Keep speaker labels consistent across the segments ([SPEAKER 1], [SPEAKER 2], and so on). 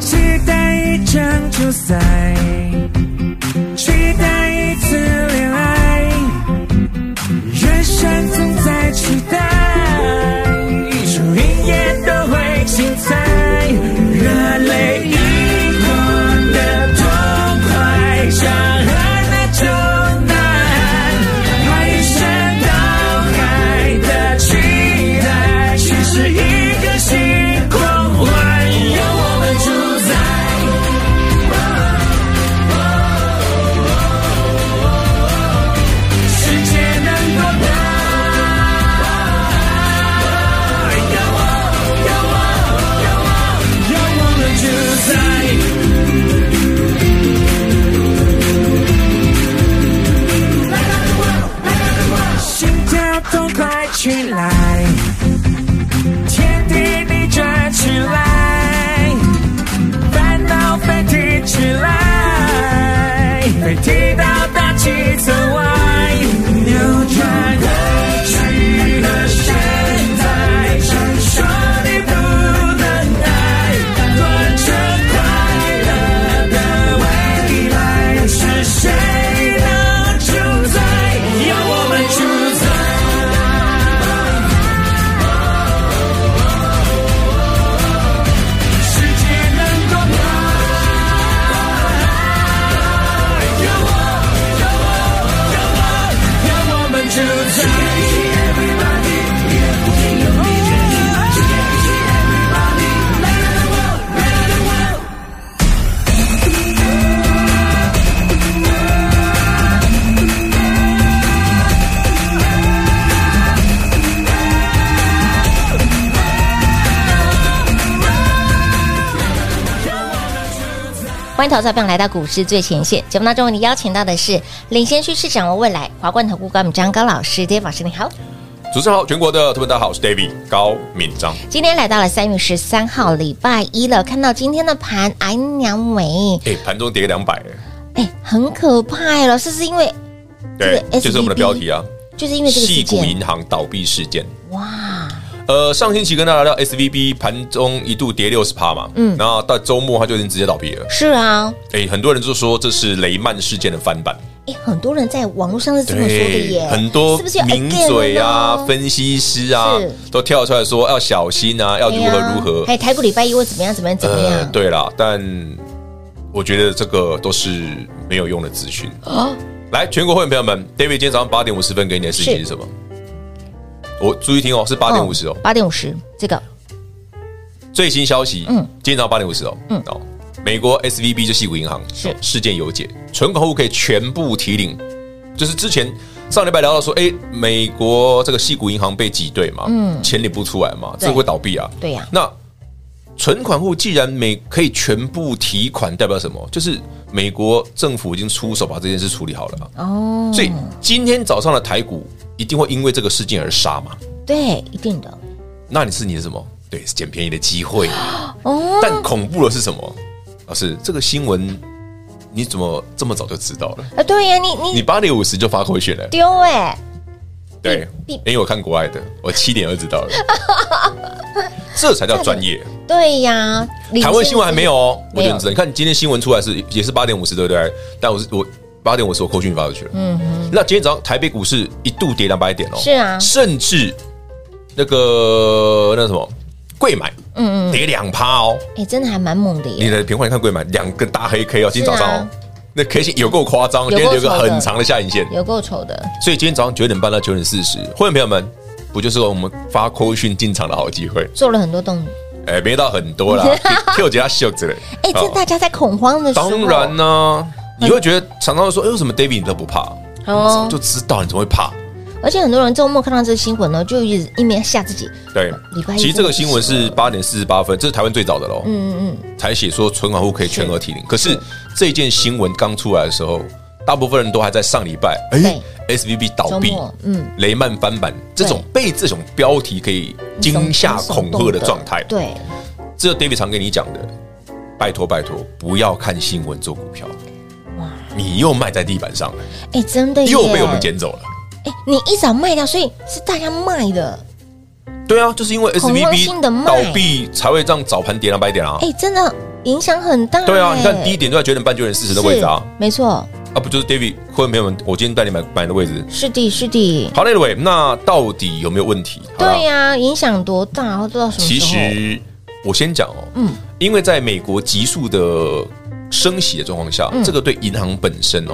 [SPEAKER 1] 期待一场球赛，期待一次恋爱，人生总在期待，一场一夜都会精彩，热泪盈眶的痛快，像海的酒难，排山倒海的期待，只是一颗心狂欢，有我们主宰。世界能多大？有我，有我，有我，有我们主宰。心跳痛快起来，天地逆转起来，烦恼飞踢起来，飞踢到大气层外，扭转过去和现在，闪烁你不能爱，贯彻快乐的未来，是谁能主宰？有我们主宰。世界能多大？有我，有我，有我，有我们主宰。
[SPEAKER 2] 欢迎投资者朋友来到股市最前线节目当中，为你邀请到的是领先趋势、掌握未来华冠投顾高敏章高老师，David 老师你好。
[SPEAKER 3] 主持人好，全国的特别大家好，我是 David 高敏 章。
[SPEAKER 2] 今天来到了三月十三号礼拜一了，看到今天的盘，哎娘美，
[SPEAKER 3] 哎、盘中跌两百，
[SPEAKER 2] 哎，很可怕哎，老师是因为
[SPEAKER 3] 对
[SPEAKER 2] 这个，
[SPEAKER 3] 就是我们的
[SPEAKER 2] SVB
[SPEAKER 3] 标题啊，
[SPEAKER 2] 就是因为这个事
[SPEAKER 3] 系股
[SPEAKER 2] 件，
[SPEAKER 3] 银行倒闭事件。
[SPEAKER 2] 哇，
[SPEAKER 3] 呃，上星期跟大家聊到 SVB 盘中一度跌六十趴嘛，嗯，然后到周末它就已经直接倒闭了。
[SPEAKER 2] 是啊，
[SPEAKER 3] 哎、很多人就说这是雷曼事件的翻版，
[SPEAKER 2] 哎，很多人在网络上是这么说的耶，
[SPEAKER 3] 很多
[SPEAKER 2] 是不是有
[SPEAKER 3] 名
[SPEAKER 2] again
[SPEAKER 3] 嘴啊、
[SPEAKER 2] 了呢
[SPEAKER 3] 分析师啊
[SPEAKER 2] 是
[SPEAKER 3] 都跳出来说要小心啊，要如
[SPEAKER 2] 对
[SPEAKER 3] 何
[SPEAKER 2] 啊
[SPEAKER 3] 如何。
[SPEAKER 2] 还有台股礼拜一会怎么样怎么样怎么样，
[SPEAKER 3] 呃对啦，但我觉得这个都是没有用的资讯。
[SPEAKER 2] 哦
[SPEAKER 3] 来，全国会员朋友们，David 今天早上八点五十分给你的事情
[SPEAKER 2] 是
[SPEAKER 3] 是什么？我注意听哦，是八点五十哦，
[SPEAKER 2] 八点五十这个
[SPEAKER 3] 最新消息，
[SPEAKER 2] 嗯
[SPEAKER 3] 嗯，今天早上八点五十哦，嗯，哦，美国 SVB 就系股银行
[SPEAKER 2] 是
[SPEAKER 3] 哦事件有解，存款户可以全部提领，就是之前上礼拜聊到说，哎，美国这个系股银行被挤兑嘛，嗯，钱领不出来嘛，
[SPEAKER 2] 对
[SPEAKER 3] 这会倒闭啊，
[SPEAKER 2] 对呀
[SPEAKER 3] 那存款户既然每可以全部提款，代表什么？就是美国政府已经出手把这件事处理好了啊、
[SPEAKER 2] 哦，
[SPEAKER 3] 所以今天早上的台股一定会因为这个事件而杀嘛？
[SPEAKER 2] 对，一定的
[SPEAKER 3] 那你是你是什么？对，是捡便宜的机会。
[SPEAKER 2] 哦，
[SPEAKER 3] 但恐怖的是什么？老师，这个新闻你怎么这么早就知道了？
[SPEAKER 2] 啊，对呀，你
[SPEAKER 3] 你
[SPEAKER 2] 你
[SPEAKER 3] 八点五十就发回去了，
[SPEAKER 2] 丢哎，
[SPEAKER 3] 对，
[SPEAKER 2] 你
[SPEAKER 3] 因为我看国外的，我七点就 知道了，这才叫专业。
[SPEAKER 2] 对呀，
[SPEAKER 3] 台湾新闻还没有哦，我
[SPEAKER 2] 没有
[SPEAKER 3] 认真。你看今天新闻出来是也是八点五十，对不对？但我是我八点五十我扣讯发出去了。嗯那今天早上台北股市一度跌两百点哦，
[SPEAKER 2] 是啊
[SPEAKER 3] 甚至那个那什么贵买，嗯嗯，跌两趴哦。
[SPEAKER 2] 哎，真的还蛮猛的
[SPEAKER 3] 你
[SPEAKER 2] 耶，
[SPEAKER 3] 的平换看贵买两个大黑 K 哦，今天早上
[SPEAKER 2] 是
[SPEAKER 3] 哦
[SPEAKER 2] 啊，
[SPEAKER 3] 那 K 线有够夸张，今天
[SPEAKER 2] 够
[SPEAKER 3] 有个
[SPEAKER 2] 丑的
[SPEAKER 3] 很长的下影线，
[SPEAKER 2] 有够丑的，
[SPEAKER 3] 所以今天早上九点半到九点四十，会员朋友们。不就是我们发扣讯进场的好机会？
[SPEAKER 2] 做了很多动作，哎
[SPEAKER 3] 哎、没到很多啦，跳几下袖子嘞。
[SPEAKER 2] 哎，这
[SPEAKER 3] 哦
[SPEAKER 2] 大家在恐慌的时候，
[SPEAKER 3] 当然呢、你会觉得常常会说，哎、为什么 David 你都不怕？
[SPEAKER 2] 哦
[SPEAKER 3] 就知道你怎么会怕？
[SPEAKER 2] 而且很多人周末看到这个新闻呢，就一直一面吓自己。
[SPEAKER 3] 对
[SPEAKER 2] 礼拜，一
[SPEAKER 3] 其实这个新闻是八点四十八分，这是台湾最早的喽，
[SPEAKER 2] 嗯嗯
[SPEAKER 3] 才写说存款户可以全额提领。可是这件新闻刚出来的时候，大部分人都还在上礼拜，哎，S V B
[SPEAKER 2] 嗯，周
[SPEAKER 3] 倒闭，
[SPEAKER 2] 末，嗯，
[SPEAKER 3] 雷曼翻版，这种被这种标题可以惊吓恐吓的状态，
[SPEAKER 2] 对，
[SPEAKER 3] 这就 David 常跟你讲的，拜托拜托，不要看新闻做股票，你又卖在地板上了，
[SPEAKER 2] 哎，真的耶
[SPEAKER 3] 又被我们捡走了。
[SPEAKER 2] 哎，你一早卖掉，所以是大家卖的，
[SPEAKER 3] 对啊，就是因为
[SPEAKER 2] 恐慌性地
[SPEAKER 3] SVB
[SPEAKER 2] 卖
[SPEAKER 3] 倒闭才会让早盘跌两百点啊。
[SPEAKER 2] 哎，真的影响很大耶。欸
[SPEAKER 3] 对啊，你看低点都在九点半、九点四十的位置啊，
[SPEAKER 2] 是，没错，
[SPEAKER 3] 啊不就是 David 会员朋友们，我今天带你买买的位置。
[SPEAKER 2] 是的，是的，
[SPEAKER 3] 好嘞，喂，那到底有没有问题？好啦
[SPEAKER 2] 对呀，影响多大，或者到什么
[SPEAKER 3] 其
[SPEAKER 2] 时候？
[SPEAKER 3] 实我先讲哦，嗯，因为在美国急速的升息的状况
[SPEAKER 2] 嗯
[SPEAKER 3] 下，这个对银行本身哦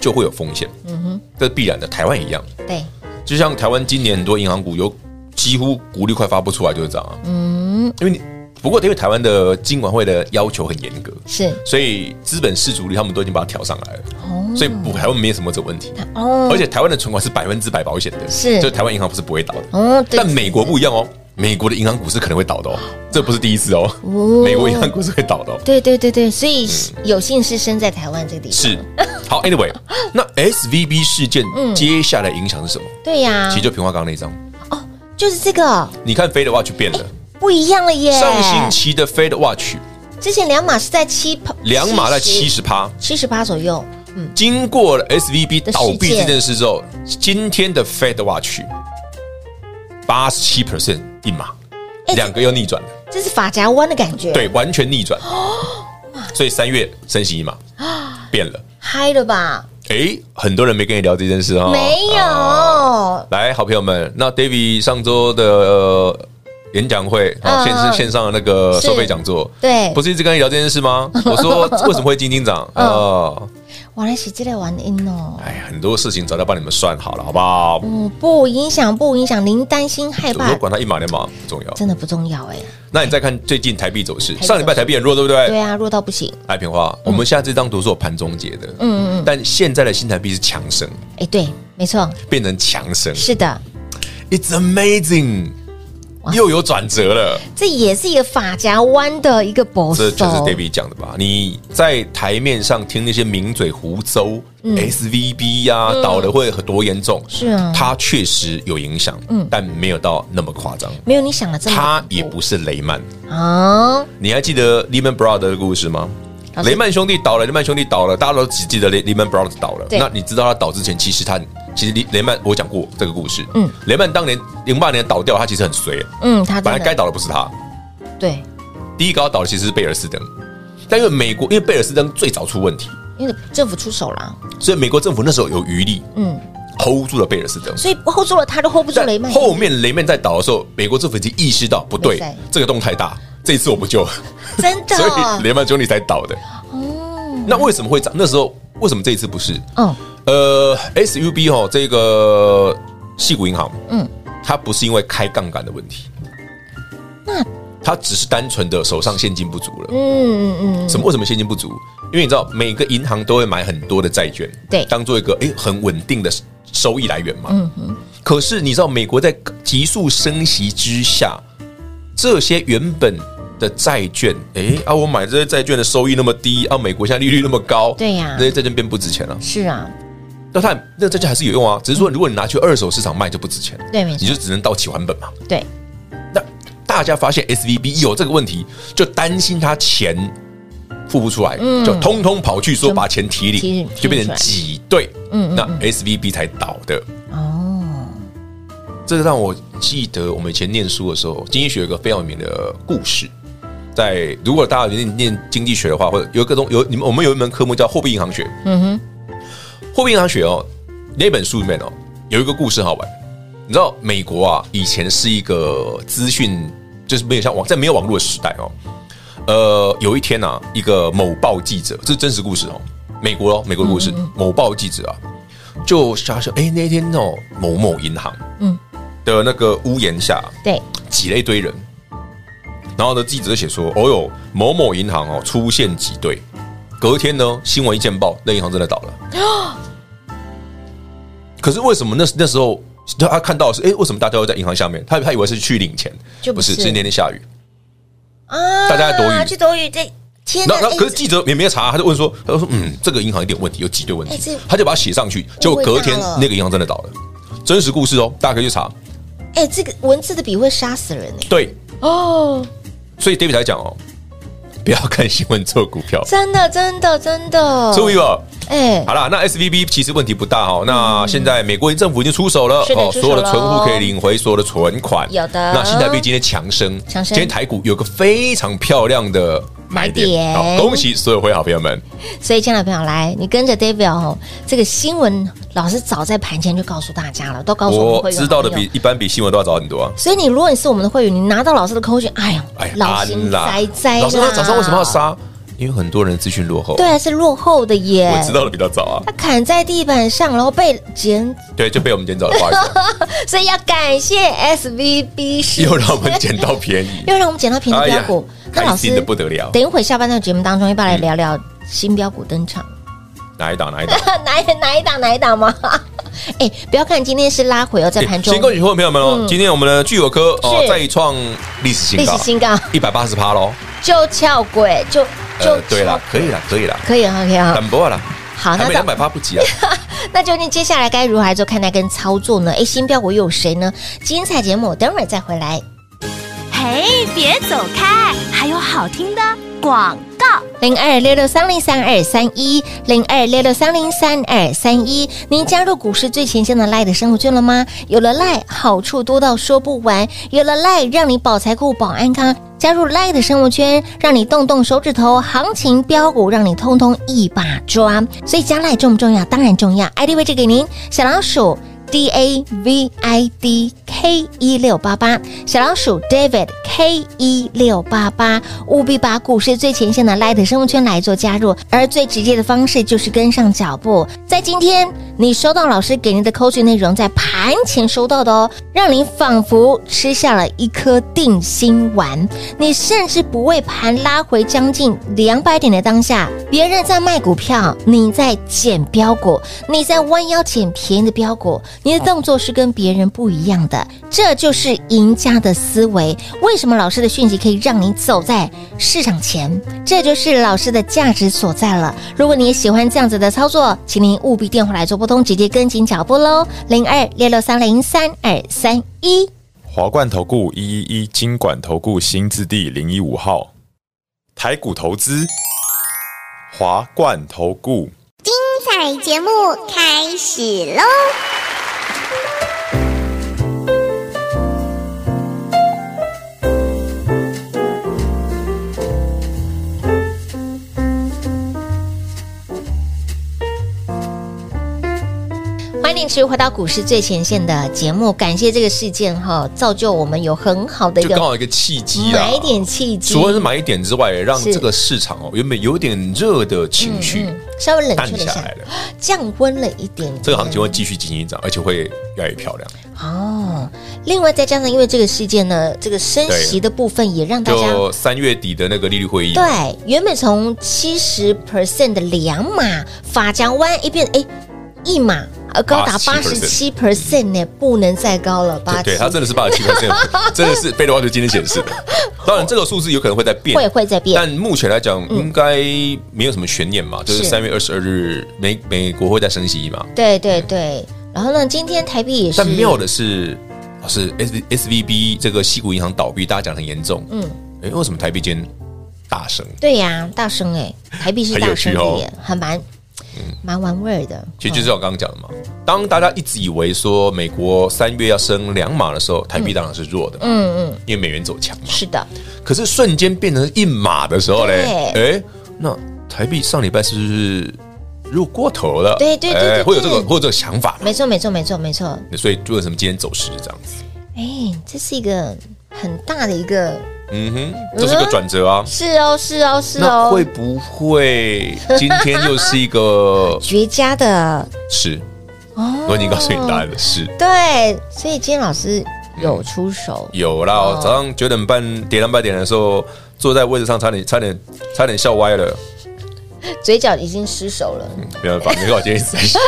[SPEAKER 3] 就会有风险，嗯哼，这是必然的。台湾也一样，
[SPEAKER 2] 对，
[SPEAKER 3] 就像台湾今年很多银行股有几乎股利快发不出来就是这样啊，
[SPEAKER 2] 嗯，
[SPEAKER 3] 因为你不过因为台湾的金管会的要求很严格，
[SPEAKER 2] 是
[SPEAKER 3] 所以资本市足率他们都已经把它调上来了，
[SPEAKER 2] 哦
[SPEAKER 3] 所以不台湾没有什么这个问题，
[SPEAKER 2] 哦，
[SPEAKER 3] 而且台湾的存款是百分之百保险的，
[SPEAKER 2] 是
[SPEAKER 3] 就台湾银行不是不会倒的，
[SPEAKER 2] 哦，对
[SPEAKER 3] 但美国不一样哦，美国的银行股是可能会倒的哦，这不是第一次哦，
[SPEAKER 2] 哦
[SPEAKER 3] 美国银行股是会倒的哦。
[SPEAKER 2] 对对对对，所以有幸是身在台湾这个地方，
[SPEAKER 3] 是，好，Anyway，那 SVB 事件
[SPEAKER 2] 嗯
[SPEAKER 3] 接下来影响是什么？
[SPEAKER 2] 对呀、
[SPEAKER 3] 其实就平花刚刚那一张，
[SPEAKER 2] 就是这个
[SPEAKER 3] 你看 Fed Watch 变了，
[SPEAKER 2] 不一样了耶。
[SPEAKER 3] 上星期的 Fed Watch
[SPEAKER 2] 之前两码是在七，
[SPEAKER 3] 两码在七十趴，
[SPEAKER 2] 七十八左右，
[SPEAKER 3] 经过了 SVB
[SPEAKER 2] 的事件
[SPEAKER 3] 倒闭这件事之后，今天的 Fed Watch 八十七 percent 一码，
[SPEAKER 2] 哎
[SPEAKER 3] 两个又逆转了，
[SPEAKER 2] 这是发夹弯的感觉，，
[SPEAKER 3] 对，完全逆转，所以三月升息一码变了。
[SPEAKER 2] 嗨了吧？
[SPEAKER 3] 诶，很多人没跟你聊这件事哦。
[SPEAKER 2] 没有、
[SPEAKER 3] 啊来，好朋友们，那 David 上周的、呃演讲会，
[SPEAKER 2] 嗯
[SPEAKER 3] 啊，线
[SPEAKER 2] 嗯
[SPEAKER 3] 是线上的那个
[SPEAKER 2] 是
[SPEAKER 3] 收费讲座，
[SPEAKER 2] 对
[SPEAKER 3] 不是一直跟你聊这件事 吗？我说为什么会金金涨？
[SPEAKER 2] 嗯
[SPEAKER 3] 哦，
[SPEAKER 2] 我来洗这类玩音哦。
[SPEAKER 3] 哎呀，很多事情早就帮你们算好了，好不好？
[SPEAKER 2] 嗯，不影响，不影响，您担心害
[SPEAKER 3] 我说
[SPEAKER 2] 怕，
[SPEAKER 3] 管它一码两码不重要。
[SPEAKER 2] 哎真的不重要哎。
[SPEAKER 3] 那你再看最近台币走势，
[SPEAKER 2] 币
[SPEAKER 3] 上礼
[SPEAKER 2] 走
[SPEAKER 3] 拜
[SPEAKER 2] 势
[SPEAKER 3] 台币很弱，对不对？
[SPEAKER 2] 对啊，弱到不行。
[SPEAKER 3] 来平花，我们现在这张图是有盘中结的，
[SPEAKER 2] 嗯嗯嗯，
[SPEAKER 3] 但现在的新台币是强升，
[SPEAKER 2] 哎，对，没错，
[SPEAKER 3] 变成强升
[SPEAKER 2] 是的，
[SPEAKER 3] ，It's amazing，
[SPEAKER 2] 哇
[SPEAKER 3] 又有转折了。
[SPEAKER 2] 这也是一个发夹弯的一个 boss，
[SPEAKER 3] 这就是 David 讲的吧？你在台面上听那些名嘴胡诌、SVB 呀、啊倒了会多严重？
[SPEAKER 2] 嗯是啊
[SPEAKER 3] 它确实有影响，但没有到那么夸张。
[SPEAKER 2] 没有你想的这么
[SPEAKER 3] 它也
[SPEAKER 2] 恐怖
[SPEAKER 3] 不是雷曼，
[SPEAKER 2] 啊，
[SPEAKER 3] 你还记得 Lehman Brothers 的故事吗
[SPEAKER 2] 老？师嗯
[SPEAKER 3] 雷曼兄弟倒了，雷曼兄弟倒了，大家都只记得雷 Lehman Brothers 倒了。
[SPEAKER 2] 对
[SPEAKER 3] 那你知道他倒之前，其实他其实雷雷曼我讲过这个故事。
[SPEAKER 2] 嗯
[SPEAKER 3] 雷曼当年零八年倒掉，他其实很衰，
[SPEAKER 2] 嗯，他
[SPEAKER 3] 本
[SPEAKER 2] 真
[SPEAKER 3] 来
[SPEAKER 2] 的
[SPEAKER 3] 该倒的不是他，
[SPEAKER 2] 对，
[SPEAKER 3] 第一个要倒的其实是贝尔斯登，但因为美国因为贝尔斯登最早出问题，
[SPEAKER 2] 因为政府出手了，
[SPEAKER 3] 所以美国政府那时候有余力
[SPEAKER 2] 嗯，
[SPEAKER 3] hold 住了贝尔斯登。
[SPEAKER 2] 所以 hold 住了他都 hold 不住雷曼，
[SPEAKER 3] 后面雷曼在倒的时候，美国政府已经意识到不
[SPEAKER 2] 没
[SPEAKER 3] 对
[SPEAKER 2] 事，
[SPEAKER 3] 这个洞太大，这一次我不救，
[SPEAKER 2] 真的，哦
[SPEAKER 3] 所以雷曼兄弟才倒的。那为什么会涨？那时候为什么这一次不是？
[SPEAKER 2] 嗯，
[SPEAKER 3] 呃，S U B 哦，这个细谷银行，
[SPEAKER 2] 嗯
[SPEAKER 3] 嗯，它不是因为开杠杆的问题，
[SPEAKER 2] 那
[SPEAKER 3] 它只是单纯的手上现金不足了。
[SPEAKER 2] 嗯嗯嗯，
[SPEAKER 3] 什么？为什么现金不足？因为你知道，每个银行都会买很多的债券，
[SPEAKER 2] 对
[SPEAKER 3] 当做一个诶很稳定的收益来源嘛。嗯可是你知道，美国在急速升息之下，这些原本的债券，诶啊，我买这些债券的收益那么低，啊，美国现在利率那么高，
[SPEAKER 2] 对呀
[SPEAKER 3] 那些债券变不值钱了、
[SPEAKER 2] 是啊，
[SPEAKER 3] 那它那个债券还是有用啊，只是说如果你拿去二手市场卖就不值钱，
[SPEAKER 2] 嗯对没错
[SPEAKER 3] 你就只能到期还本嘛。
[SPEAKER 2] 对，
[SPEAKER 3] 那大家发现 SVB 有这个问题，就担心他钱付不出来，就通通跑去说把钱提
[SPEAKER 2] 嗯提
[SPEAKER 3] 领，
[SPEAKER 2] 提
[SPEAKER 3] 就变
[SPEAKER 2] 出
[SPEAKER 3] 成
[SPEAKER 2] 来
[SPEAKER 3] 挤兑，
[SPEAKER 2] 嗯嗯
[SPEAKER 3] 那 SVB 才倒的。
[SPEAKER 2] 哦，
[SPEAKER 3] 这个让我记得我们以前念书的时候，经济学有一个非常有名的故事。在如果大家有念念经济学的话，或者有一个东有你们我们有一门科目叫货币银行学，
[SPEAKER 2] 嗯哼，
[SPEAKER 3] 货币银行学哦，那本书里面哦有一个故事很好玩。你知道美国啊，以前是一个资讯就是没有像网在没有网络的时代哦。呃，有一天啊，一个某报记者，这是真实故事哦，美国哦，美国故事，某报记者啊，就想说，哎、那天哦，某某银行
[SPEAKER 2] 嗯
[SPEAKER 3] 嗯的那个屋檐下
[SPEAKER 2] 对，
[SPEAKER 3] 挤了一堆人，然后呢，记者就写说，哦哟，某某银行哦出现挤兑，隔天呢，新闻一见报，那银行真的倒了。可是为什么那那时候他看到的是，哎，为什么大家都在银行下面？他他以为是去领钱，
[SPEAKER 2] 就不
[SPEAKER 3] 不是，
[SPEAKER 2] 是
[SPEAKER 3] 是那天下雨。
[SPEAKER 2] 啊
[SPEAKER 3] 大家在躲雨
[SPEAKER 2] 去躲雨，这天哪
[SPEAKER 3] 然后，然后
[SPEAKER 2] 哎
[SPEAKER 3] 可是记者也没有查，他就问说，他就说，嗯，这个银行一定有问题，有挤兑问
[SPEAKER 2] 哎这
[SPEAKER 3] 题，他就把它写上去，结果隔天
[SPEAKER 2] 大了
[SPEAKER 3] 那个银行真的倒了，真实故事哦，大家可以去查。
[SPEAKER 2] 哎、这个文字的笔会杀死人哎、
[SPEAKER 3] 对，
[SPEAKER 2] 哦，
[SPEAKER 3] 所以 David 才讲哦，不要看新闻做股票，
[SPEAKER 2] 真的，真的，真的，
[SPEAKER 3] 注意哦了。
[SPEAKER 2] 哎、
[SPEAKER 3] 好啦，那 S V B 其实问题不大哦。那现在美国政府已经出手了哦
[SPEAKER 2] 是的出手
[SPEAKER 3] 所有的存
[SPEAKER 2] 喽
[SPEAKER 3] 户可以领回所有的存款。
[SPEAKER 2] 有的
[SPEAKER 3] 那新台币今天强升，
[SPEAKER 2] 强升
[SPEAKER 3] 今天台股有个非常漂亮的买
[SPEAKER 2] 买点
[SPEAKER 3] 点，好，恭喜所有会好朋友们。
[SPEAKER 2] 所以，亲爱的朋友，来，你跟着 David 哦，这个新闻老师早在盘前就告诉大家了，都告诉我们
[SPEAKER 3] 我
[SPEAKER 2] 哦会员
[SPEAKER 3] 知道的
[SPEAKER 2] 朋友
[SPEAKER 3] 比一般比新闻都要早很多啊。
[SPEAKER 2] 所以你如果你是我们的会员，你拿到老师的扣讯，哎呀，
[SPEAKER 3] 哎呀，
[SPEAKER 2] 老心
[SPEAKER 3] 安啦
[SPEAKER 2] 栽栽啦。
[SPEAKER 3] 老师，那早上为什么要？杀？因为很多人资讯落后。
[SPEAKER 2] 对，啊，是落后的耶。
[SPEAKER 3] 我知道的比较早啊。
[SPEAKER 2] 他砍在地板上，然后被捡，
[SPEAKER 3] 对，就被我们捡走了，不好意 思，
[SPEAKER 2] 所以要感谢 SVB 世界
[SPEAKER 3] 又让我们捡到便宜。
[SPEAKER 2] 又让我们捡到便宜的标股。
[SPEAKER 3] 哎呀开心得不得了
[SPEAKER 2] 等一会下半段节目当中，要不要来聊聊新标股登场？
[SPEAKER 3] 哪一档？哪一档？
[SPEAKER 2] 哪一哪一档哪一档吗？ 哎，不要看今天是拉回哦，在盘中嗯
[SPEAKER 3] 先恭喜各位朋友们哦！今天我们的聚友科哦
[SPEAKER 2] 是
[SPEAKER 3] 再创历史
[SPEAKER 2] 历
[SPEAKER 3] 新高
[SPEAKER 2] 史，新高，
[SPEAKER 3] 一百八十趴喽。
[SPEAKER 2] 就翘鬼，就就
[SPEAKER 3] 呃，对
[SPEAKER 2] 翘
[SPEAKER 3] 啦，可以啦，可以啦，
[SPEAKER 2] 可以哈，可以哈。
[SPEAKER 3] 淡薄啦，
[SPEAKER 2] 好，
[SPEAKER 3] 还
[SPEAKER 2] 那
[SPEAKER 3] 没
[SPEAKER 2] 咱
[SPEAKER 3] 两百趴 不急啊。
[SPEAKER 2] 那究竟接下来该如何来做看待跟操作呢？哎，新标股又有谁呢？精彩节目等会儿再回来。
[SPEAKER 4] 嘿，别走开，还有好听的广告。
[SPEAKER 2] 零二六六三零三二三一，零二六六三零三二三一。您加入股市最前线的赖的生活圈了吗？有了赖，好处多到说不完。有了赖，让你保财库、保安康。加入赖的生活圈，让你动动手指头，行情标股让你通通一把抓。所以加赖重不重要？当然重要。ID 位置给您，小老鼠 D A V I D K 一六八八，小老鼠 David K 一六八八，务必把股市最前线的 Light 生物圈来做加入，而最直接的方式就是跟上脚步。在今天，你收到老师给您的 coach 内容，在盘前收到的哦，让你仿佛吃下了一颗定心丸。你甚至不为盘拉回将近两百点的当下，别人在卖股票，你在捡标股，你在弯腰捡便宜的标股，你的动作是跟别人不一样的，这就是赢家的思维。为什么老师的讯息可以让你走在市场前？这就是老师的价值所在了。如果你也喜欢这样子的操作，请您务必电话来做拨通，直接跟紧脚步喽，零二六六三零三二三一。
[SPEAKER 5] 华冠投顾一一一金管投顾新字第零一五号，台股投资，华冠投顾。
[SPEAKER 6] 彩节目开始喽！
[SPEAKER 2] 欢迎持续回到股市最前线的节目，感谢这个事件哈、造就我们有很好的一
[SPEAKER 3] 就刚
[SPEAKER 2] 个
[SPEAKER 3] 好一个契机啊啦。
[SPEAKER 2] 买点契机，
[SPEAKER 3] 除了是买点之外，让
[SPEAKER 2] 是
[SPEAKER 3] 这个市场哦原本有点热的情绪
[SPEAKER 2] 嗯稍微冷
[SPEAKER 3] 淡
[SPEAKER 2] 却了一
[SPEAKER 3] 下
[SPEAKER 2] 下
[SPEAKER 3] 来，了，
[SPEAKER 2] 降温了一点点
[SPEAKER 3] 这个行情会继续进行涨，而且会越来越漂亮。
[SPEAKER 2] 哦。另外再加上因为这个事件呢，这个升息的部分也让大家。
[SPEAKER 3] 就三月底的那个利率会议，
[SPEAKER 2] 对，原本从七十 percent 的两码法江湾一变哎一码，呃高达八十七 percent 呢，不能再高了，八
[SPEAKER 3] 对嗯对，
[SPEAKER 2] 七
[SPEAKER 3] 它真的是八十七 percent，真的 是被的话就今天显示的。当然，这个数字有可能会在变，
[SPEAKER 2] 会会再变
[SPEAKER 3] 但目前来讲，应该没有什么悬念嘛，就是
[SPEAKER 2] 嗯是
[SPEAKER 3] 三月二十二日美美国会再升息一码。
[SPEAKER 2] 对对对。然后呢，今天台币也是
[SPEAKER 3] 但妙的是，老师 S S V B 这个西谷银行倒闭，大家讲得很严重。嗯，哎，为什么台币间大升？
[SPEAKER 2] 对呀、大声哎、台币是
[SPEAKER 3] 很
[SPEAKER 2] 大
[SPEAKER 3] 有
[SPEAKER 2] 声
[SPEAKER 3] 趣
[SPEAKER 2] 的
[SPEAKER 3] 哦嗯
[SPEAKER 2] 耶，很蛮蛮玩味儿的。
[SPEAKER 3] 其实就是我刚刚讲的嘛，
[SPEAKER 2] 嗯
[SPEAKER 3] 当大家一直以为说美国三月要升两码的时候，台币当然是弱的嘛，
[SPEAKER 2] 嗯嗯，
[SPEAKER 3] 因为美元走强嘛。
[SPEAKER 2] 是的，
[SPEAKER 3] 可是瞬间变成一码的时候嘞，哎、
[SPEAKER 2] 对
[SPEAKER 3] 那台币上礼拜是不是入过头了？
[SPEAKER 2] 对对对对
[SPEAKER 3] 哎
[SPEAKER 2] 对
[SPEAKER 3] 会有这个会有这个想法嘛
[SPEAKER 2] 没？错没错没错没错。
[SPEAKER 3] 所以就为什么今天走势是这样子？
[SPEAKER 2] 哎、这是一个很大的一个，
[SPEAKER 3] 嗯哼，这是个转折啊。
[SPEAKER 2] 是哦是哦是
[SPEAKER 3] 那
[SPEAKER 2] 哦
[SPEAKER 3] 会，不会今天又是一个
[SPEAKER 2] 绝佳的
[SPEAKER 3] 是？
[SPEAKER 2] 哦
[SPEAKER 3] 我已经告诉你答案了，是
[SPEAKER 2] 对，所以今天老师有出手，
[SPEAKER 3] 有啦。
[SPEAKER 2] 哦
[SPEAKER 3] 我早上九点半点两百点的时候，坐在位置上差点差点差点笑歪了，
[SPEAKER 2] 嘴
[SPEAKER 3] 嗯
[SPEAKER 2] 角已经失手了。
[SPEAKER 3] 没办法，没办法，今天一直在笑。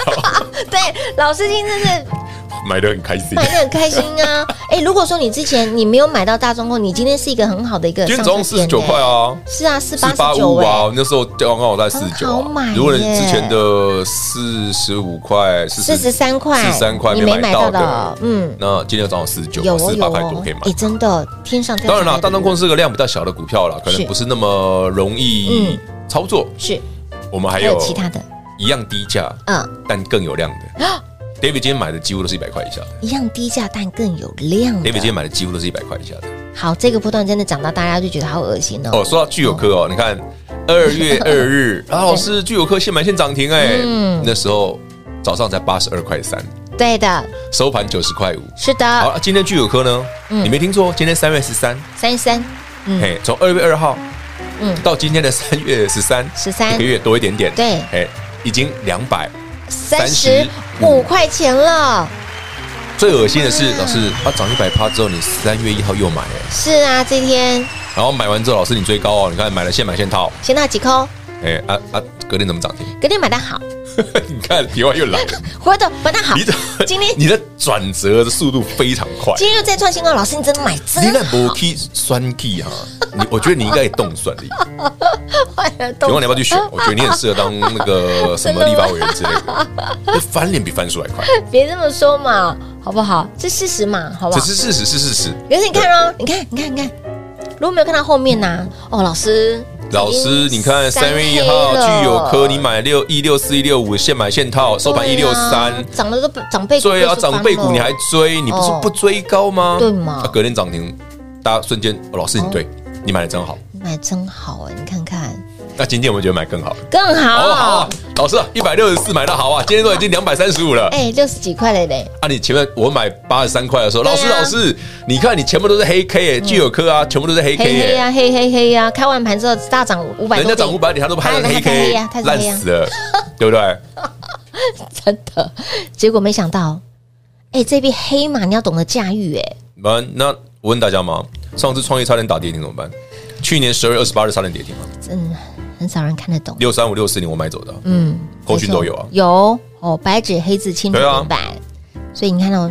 [SPEAKER 2] 对，老师今天真是
[SPEAKER 5] 买的很开心
[SPEAKER 2] 买。的很开心 啊！哎、如果说你之前你没有买到大中控，你 今天是一个很好的一个
[SPEAKER 3] 今天
[SPEAKER 2] 上
[SPEAKER 3] 早上
[SPEAKER 2] 车
[SPEAKER 3] 四十
[SPEAKER 2] 点
[SPEAKER 3] 九
[SPEAKER 2] 欸
[SPEAKER 3] 块，啊，
[SPEAKER 2] 是啊，四
[SPEAKER 3] 四
[SPEAKER 2] 八
[SPEAKER 3] 八
[SPEAKER 2] 十九
[SPEAKER 3] 五
[SPEAKER 2] 哎，
[SPEAKER 3] 啊，那时候刚好在四十九
[SPEAKER 2] 很好买
[SPEAKER 3] 啊
[SPEAKER 2] 耶。
[SPEAKER 3] 如果你之前的四十五块、
[SPEAKER 2] 四十三块，
[SPEAKER 3] 四十三块
[SPEAKER 2] 你
[SPEAKER 3] 没
[SPEAKER 2] 没买
[SPEAKER 3] 买
[SPEAKER 2] 到
[SPEAKER 3] 到的
[SPEAKER 2] 的，，嗯，
[SPEAKER 3] 那今天早上四十九
[SPEAKER 2] 有
[SPEAKER 3] 嘛，四
[SPEAKER 2] 哦
[SPEAKER 3] 十
[SPEAKER 2] 有
[SPEAKER 3] 八块多
[SPEAKER 2] 哦
[SPEAKER 3] 可以买，
[SPEAKER 2] 哎、。真的天上掉
[SPEAKER 3] 当然
[SPEAKER 2] 下来
[SPEAKER 3] 啦，
[SPEAKER 2] 的
[SPEAKER 3] 大中控
[SPEAKER 2] 礼
[SPEAKER 3] 是个量比较小的股票啦，可
[SPEAKER 2] 是
[SPEAKER 3] 能不是那么容易操作。
[SPEAKER 2] 物是
[SPEAKER 3] 我们还
[SPEAKER 2] 还
[SPEAKER 3] 有
[SPEAKER 2] 有其他啊的，
[SPEAKER 3] 一样低价，
[SPEAKER 2] 嗯，
[SPEAKER 3] 但更有量的。David 今天买的几乎都是一百块以下的
[SPEAKER 2] 一样低价但更有量
[SPEAKER 3] ，David 今天
[SPEAKER 2] 的。
[SPEAKER 3] 买的几乎都是一百块以下的。
[SPEAKER 2] 好，这个波段真的涨到大家就觉得好恶心哦。
[SPEAKER 3] 哦，说到具有科哦，你看二月二 日啊，老师具有科现买现涨停哎
[SPEAKER 2] 嗯，
[SPEAKER 3] 那时候早上才八十二块三，
[SPEAKER 2] 对的，
[SPEAKER 3] 收盘九十块五。
[SPEAKER 2] 是的，
[SPEAKER 3] 好，啊今天具有科呢，
[SPEAKER 2] 啊嗯
[SPEAKER 3] 你没听错，今天三月十三，
[SPEAKER 2] 三十三，嗯
[SPEAKER 3] 哎，从二月二号，
[SPEAKER 2] 嗯
[SPEAKER 3] 嗯，到今天的三月十三，
[SPEAKER 2] 13
[SPEAKER 3] 一个月多一点点，
[SPEAKER 2] 对
[SPEAKER 3] 哎，已经两百。
[SPEAKER 2] 三十五块钱了。
[SPEAKER 3] 最恶心的
[SPEAKER 2] 嗯
[SPEAKER 3] 是，老师，它涨一百趴之后，你三月一号又买，哎，
[SPEAKER 2] 是啊，这天
[SPEAKER 3] 然后买完之后，老师你追高哦，你看买了现买现套，
[SPEAKER 2] 先到几扣，
[SPEAKER 3] 哎啊啊，隔天怎么涨停？
[SPEAKER 2] 隔天买的好，
[SPEAKER 3] 你看题外又来了，
[SPEAKER 2] 活动买的好
[SPEAKER 3] 你的。
[SPEAKER 2] 今天
[SPEAKER 3] 你的转折的速度非常快，
[SPEAKER 2] 今天又再创新高，老师你真的买
[SPEAKER 3] 你
[SPEAKER 2] 真
[SPEAKER 3] 那
[SPEAKER 2] 好
[SPEAKER 3] 不，去算计哈，你我觉得你应该也动算力，
[SPEAKER 2] 坏 了
[SPEAKER 3] 请
[SPEAKER 2] 动
[SPEAKER 3] 问你要不要去选？我觉得你很适合当那个什么立法委员之类 的，那翻脸比翻书还快，
[SPEAKER 2] 别这么说嘛，好不好？这事实嘛，好不
[SPEAKER 3] 这
[SPEAKER 2] 好？
[SPEAKER 3] 是事实，是事实。
[SPEAKER 2] 可是你看哦，你看，你看，你看，如果没有看到后面呢、哦，老师，
[SPEAKER 3] 老师，你看三月一号具有科，你买六一六四一六五，现买现
[SPEAKER 2] 啊
[SPEAKER 3] 套，收盘一六三。
[SPEAKER 2] 涨了都不长辈股
[SPEAKER 3] 对啊，
[SPEAKER 2] 倍数翻
[SPEAKER 3] 长辈股
[SPEAKER 2] 了
[SPEAKER 3] 你还追，你不是
[SPEAKER 2] 哦
[SPEAKER 3] 不追高吗？
[SPEAKER 2] 对嘛
[SPEAKER 3] 啊隔天涨停，大家瞬间，哦老师你对，你买的真好。
[SPEAKER 2] 买真好哎，你看看
[SPEAKER 3] 那今天我们觉得买更好，
[SPEAKER 2] 更
[SPEAKER 3] 哦好
[SPEAKER 2] 好
[SPEAKER 3] 啊，，老师一百六十四买到好啊，今天都已经两百三十五了。
[SPEAKER 2] 哎，六十几块嘞嘞，
[SPEAKER 3] 啊，你前面我买八十三块的时候，
[SPEAKER 2] 对啊嗯
[SPEAKER 3] 老师老师，你看你前面都是黑 K 耶，具有科啊，全部都是黑 K
[SPEAKER 2] 黑黑
[SPEAKER 3] 耶。
[SPEAKER 2] 呀，黑黑黑呀，开完盘之后大涨五百，
[SPEAKER 3] 人家涨五百点，他都拍了黑 K，
[SPEAKER 2] 呀，啊他是
[SPEAKER 3] 烂
[SPEAKER 2] 黑啊呀，
[SPEAKER 3] 死了，对不对？
[SPEAKER 2] 真的，结果没想到。哎、这匹黑马你要懂得驾驭哎，
[SPEAKER 3] 那那我问大家嘛，上次创业差点打跌停怎么办？去年十二月二十八日差点跌停嘛，
[SPEAKER 2] 嗯，很少人看得懂。
[SPEAKER 3] 六三五六四零我买走的啊、
[SPEAKER 2] 嗯，
[SPEAKER 3] 后续都有啊
[SPEAKER 2] 没错有哦，白纸黑字清楚
[SPEAKER 3] 对啊
[SPEAKER 2] 明白。所以你看到，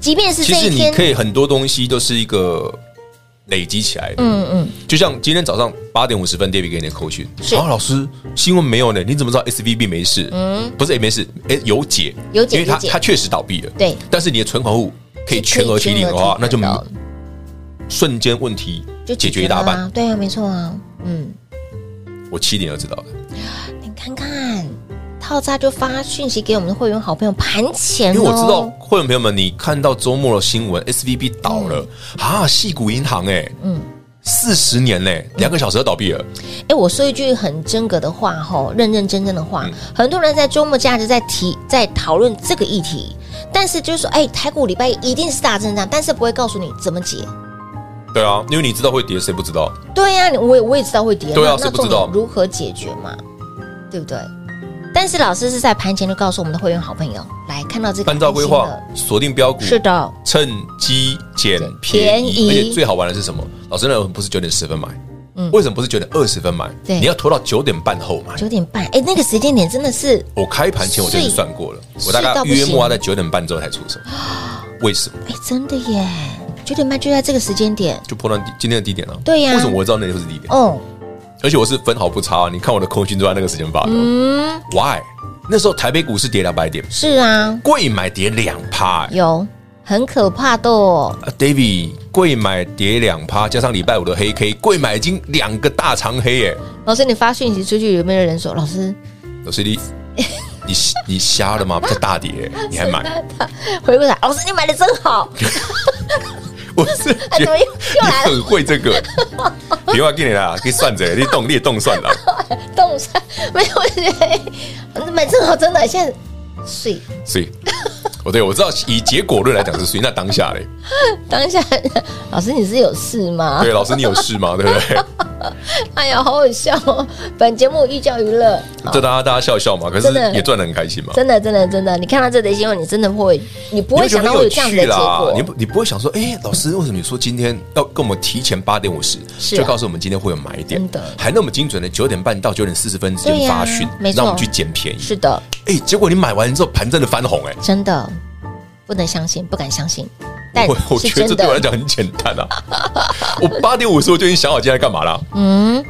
[SPEAKER 2] 即便是
[SPEAKER 3] 其
[SPEAKER 2] 这
[SPEAKER 3] 实
[SPEAKER 2] 一
[SPEAKER 3] 你
[SPEAKER 2] 天，
[SPEAKER 3] 可以很多东西都是一个累积起来的，
[SPEAKER 2] 嗯嗯，
[SPEAKER 3] 就像今天早上八点五十分，David 给你的扣讯，
[SPEAKER 2] 是
[SPEAKER 3] 啊，老师新闻没有呢，你怎么知道 SVB 没事？嗯，不是也没事，哎、有解，
[SPEAKER 2] 有解
[SPEAKER 3] 因为它
[SPEAKER 2] 有解
[SPEAKER 3] 它确实倒闭了，
[SPEAKER 2] 对
[SPEAKER 3] 但是你的存款户可以全额提领的话，那就瞬间问题
[SPEAKER 2] 就
[SPEAKER 3] 解决一大
[SPEAKER 2] 了啊
[SPEAKER 3] 半。。
[SPEAKER 2] 对啊，没错啊，嗯，
[SPEAKER 3] 我七点就知道了，
[SPEAKER 2] 你看看套炸就发讯息给我们的会员好朋友盘前、哦，
[SPEAKER 3] 因为我知道会员朋友们，你看到周末的新闻，SVB 倒了啊，细谷银行哎，
[SPEAKER 2] 嗯
[SPEAKER 3] 嗯，四十年嘞、两个小时就倒闭了，
[SPEAKER 2] 哎，我说一句很真格的话哈，认认真真的话，
[SPEAKER 3] 嗯
[SPEAKER 2] 很多人在周末假日在提在讨论这个议题，但是就是说，哎，台股礼拜一一定是大震荡，但是不会告诉你怎么解。
[SPEAKER 3] 对啊，因为你知道会跌，谁不知道？
[SPEAKER 2] 对呀、你我也我也知道会跌，
[SPEAKER 3] 对啊
[SPEAKER 2] 那
[SPEAKER 3] 谁不知
[SPEAKER 2] 那
[SPEAKER 3] 道
[SPEAKER 2] 重点如何解决嘛？对不对？但是老师是在盘前就告诉我们的会员好朋友，来看到这个
[SPEAKER 3] 按照规
[SPEAKER 2] 安
[SPEAKER 3] 划
[SPEAKER 2] 心的，嗯
[SPEAKER 3] 锁定标股，
[SPEAKER 2] 是的，
[SPEAKER 3] 趁机捡
[SPEAKER 2] 便
[SPEAKER 3] 便
[SPEAKER 2] 宜
[SPEAKER 3] 宜，而且最好玩的是什么？老师，那不是九点十分买，
[SPEAKER 2] 嗯
[SPEAKER 3] 为什么不是九点二十分买？
[SPEAKER 2] 对
[SPEAKER 3] 你要拖到九点半后买。
[SPEAKER 2] 九点半，哎，那个时间点真的是，
[SPEAKER 3] 我开盘前我就是
[SPEAKER 2] 睡
[SPEAKER 3] 算过了，
[SPEAKER 2] 睡
[SPEAKER 3] 我大
[SPEAKER 2] 到
[SPEAKER 3] 概
[SPEAKER 2] 不行
[SPEAKER 3] 约莫要在九点半之后才出手。为什么？
[SPEAKER 2] 哎，真的耶，九点半就在这个时间点，
[SPEAKER 3] 就破断今天的低点了、啊。
[SPEAKER 2] 对呀
[SPEAKER 3] 为什么我知道那里就是低点？
[SPEAKER 2] 哦，
[SPEAKER 3] 而且我是分毫不差、你看我的空军都在那个时间发的。
[SPEAKER 2] 嗯，
[SPEAKER 3] Why？那时候台北股市跌两百点，
[SPEAKER 2] 是啊，
[SPEAKER 3] 贵买跌两趴、欸
[SPEAKER 2] 有很可怕的哦，
[SPEAKER 3] 啊、，David 贵买跌两趴，加上礼拜五的黑 K，贵买已经两个大长黑耶、
[SPEAKER 2] 老师，你发讯息出去有没有人说，老师
[SPEAKER 3] 老师你你你瞎了吗？在大跌 耶、你还买？
[SPEAKER 2] 回过来，老师你买的真 好，
[SPEAKER 3] 我是
[SPEAKER 2] 哎，
[SPEAKER 3] 觉
[SPEAKER 2] 怎么又又来
[SPEAKER 3] 得你
[SPEAKER 2] 了？
[SPEAKER 3] 很会这个，别话给你啦，给算着，你动你也动算了。
[SPEAKER 2] 动算没有，我觉得哎 买正好真的现在水
[SPEAKER 3] 所以，我对我知道以结果论来讲是谁，那当下嘞，
[SPEAKER 2] 当下 老师你是有事吗
[SPEAKER 3] 对？老师你有事吗？对不对？
[SPEAKER 2] 哎呀，好好笑 哦！本节目寓教于乐，好
[SPEAKER 3] 这大家大家笑笑嘛，可是
[SPEAKER 2] 真的
[SPEAKER 3] 也赚得很开心嘛。
[SPEAKER 2] 真的真的真的，你看到这则新闻，你真的会，你不会
[SPEAKER 3] 你会觉
[SPEAKER 2] 想
[SPEAKER 3] 得
[SPEAKER 2] 到会
[SPEAKER 3] 很
[SPEAKER 2] 有
[SPEAKER 3] 有
[SPEAKER 2] 这样子的
[SPEAKER 3] 趣
[SPEAKER 2] 结
[SPEAKER 3] 啦，你
[SPEAKER 2] 果，
[SPEAKER 3] 不你不会想说，哎，老师为什么你说今天要跟我们提前八点五十
[SPEAKER 2] 是啊
[SPEAKER 3] 就告诉我们今天会有买点
[SPEAKER 2] 真的，
[SPEAKER 3] 还那么精准的九点半到九点四十分之
[SPEAKER 2] 对
[SPEAKER 3] 间
[SPEAKER 2] 呀
[SPEAKER 3] 发讯
[SPEAKER 2] 没，错
[SPEAKER 3] 让我们去捡便宜。
[SPEAKER 2] 是的，
[SPEAKER 3] 哎，结果你买完之后盘真的翻红，哎，
[SPEAKER 2] 真的。不能相信，不敢相信，但
[SPEAKER 3] 我我
[SPEAKER 2] 是
[SPEAKER 3] 觉
[SPEAKER 2] 真
[SPEAKER 3] 得这对我来
[SPEAKER 2] 的。
[SPEAKER 3] 讲很简 单啊。我八点五十我就已经想好今天干嘛啦。
[SPEAKER 2] 嗯，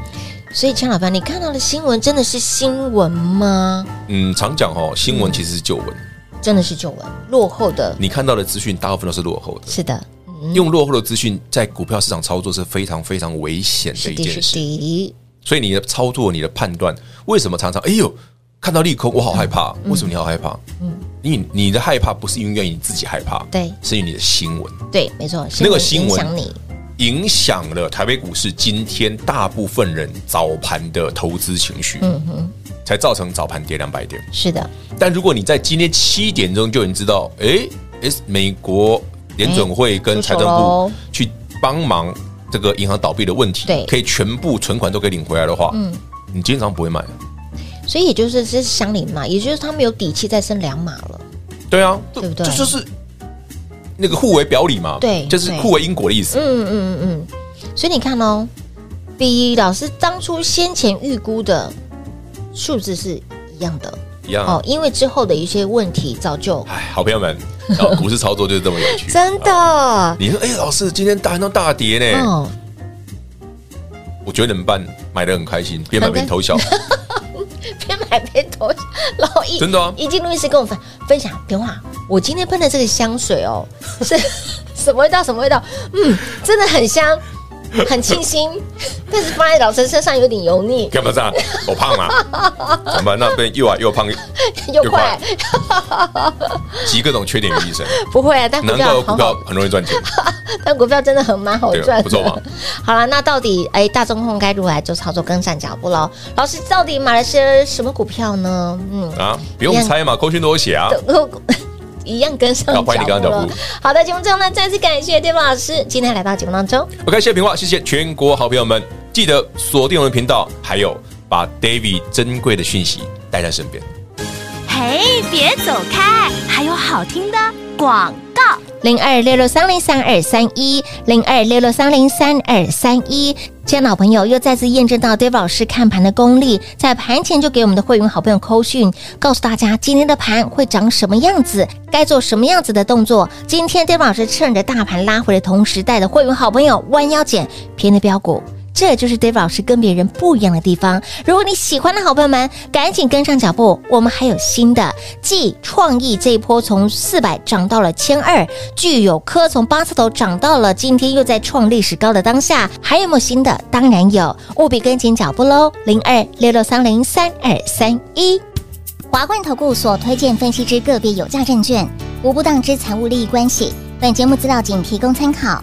[SPEAKER 2] 所以，陈老板，你看到的新闻真的是新闻吗？
[SPEAKER 3] 嗯，常讲哦，新闻其实是旧闻，
[SPEAKER 2] 真的是旧闻，落后的，
[SPEAKER 3] 你看到的资讯大部分都是落后的。
[SPEAKER 2] 是的，嗯，
[SPEAKER 3] 用落后的资讯在股票市场操作是非常非常危险的
[SPEAKER 2] 是
[SPEAKER 3] 一
[SPEAKER 2] 的，
[SPEAKER 3] 件
[SPEAKER 2] 是
[SPEAKER 3] 事，
[SPEAKER 2] 的，
[SPEAKER 3] 所以你的操作、你的判断，为什么常常哎呦看到利空我好害怕？为什么你好害怕？嗯，你你的害怕不是因为你自己害怕，
[SPEAKER 2] 对
[SPEAKER 3] 是因为你的新闻
[SPEAKER 2] 对，没错，
[SPEAKER 3] 那个
[SPEAKER 2] 影
[SPEAKER 3] 新闻
[SPEAKER 2] 响你，
[SPEAKER 3] 影响了台北股市今天大部分人早盘的投资情绪，
[SPEAKER 2] 嗯哼，
[SPEAKER 3] 才造成早盘跌两百点。
[SPEAKER 2] 是的，
[SPEAKER 3] 但如果你在今天七点钟就已经知道，哎诶，s 美国联准会跟财政
[SPEAKER 2] 出手
[SPEAKER 3] 部
[SPEAKER 2] 喽
[SPEAKER 3] 去帮忙这个银行倒闭的问题，
[SPEAKER 2] 对
[SPEAKER 3] 可以全部存款都给领回来的话，嗯，你今天早上不会啊买，
[SPEAKER 2] 所以也就是这是乡邻嘛，也就是他们有底气再升两码了，
[SPEAKER 3] 对啊，
[SPEAKER 2] 对不对
[SPEAKER 3] 这这就是那个互为表里嘛，
[SPEAKER 2] 对
[SPEAKER 3] 就是
[SPEAKER 2] 对
[SPEAKER 3] 互为因果的意思。
[SPEAKER 2] 嗯嗯嗯嗯，所以你看哦，比老师当初先前预估的数字是一样的
[SPEAKER 3] 一样啊
[SPEAKER 2] 哦，因为之后的一些问题造就
[SPEAKER 3] 哎，好朋友们， 哦股市操作就是这么有趣。啊
[SPEAKER 2] 真的，
[SPEAKER 3] 你说，哎，老师，今天大盘都大跌呢，
[SPEAKER 2] 嗯，
[SPEAKER 3] 我觉得怎么办？买的很开心，边买边偷 笑，
[SPEAKER 2] 边买边投，然后一
[SPEAKER 3] 真的啊
[SPEAKER 2] 一进录音室跟我分分享，别话，我今天喷的这个香水 哦，是什么味道？什么味道？嗯，真的很香，很清新， 但是放在老师身上有点油腻
[SPEAKER 3] 干嘛这样？我胖了，怎么办？那边又矮又胖，
[SPEAKER 2] 又
[SPEAKER 3] 又
[SPEAKER 2] 快
[SPEAKER 3] 快，集各种缺点于一身，
[SPEAKER 2] 不会啊，但股
[SPEAKER 3] 难
[SPEAKER 2] 票
[SPEAKER 3] 怪
[SPEAKER 2] 好
[SPEAKER 3] 股
[SPEAKER 2] 好
[SPEAKER 3] 票很容易赚钱。
[SPEAKER 2] 但股票真的很蛮好赚
[SPEAKER 3] 对啊
[SPEAKER 2] 的，
[SPEAKER 3] 不错嘛
[SPEAKER 2] 好了，那到底哎，大中控该如何来做操作，跟上脚步喽？老师到底买了些什么股票呢？嗯，
[SPEAKER 3] 啊，不用猜嘛，扣讯都有写啊。
[SPEAKER 2] 都 一样跟上
[SPEAKER 3] 好
[SPEAKER 2] 脚步
[SPEAKER 3] 欢迎你跟上脚
[SPEAKER 2] 了
[SPEAKER 3] 步。
[SPEAKER 2] 好的，节目最后呢，再次感谢天宝老师今天来到节目当中。
[SPEAKER 3] OK，谢谢平话，谢谢全国好朋友们，记得锁定我们的频道，还有把 David 珍贵的讯息带在身边。
[SPEAKER 4] 嘿，别走开，还有好听的广告。
[SPEAKER 2] 零二六六三零三二三一，零二六六三零三二三一。亲爱的好朋友，又再次验证到 Dave 老师看盘的功力，在盘前就给我们的会员好朋友扣讯，告诉大家今天的盘会长什么样子，该做什么样子的动作。今天 Dave 老师趁着大盘拉回的同时，带的会员好朋友弯腰捡便宜的标股。这就是 Dave 老师跟别人不一样的地方。如果你喜欢的好朋友们，赶紧跟上脚步，我们还有新的，继创意这一波从四百涨到了千二，具有科从八字头涨到了今天又在创历史高的当下，还有没有新的？当然有，务必跟紧脚步喽！零二六六三零三二三一。
[SPEAKER 6] 华冠投顾所推荐分析之个别有价证券，无不当之财务利益关系。本节目资料仅提供参考，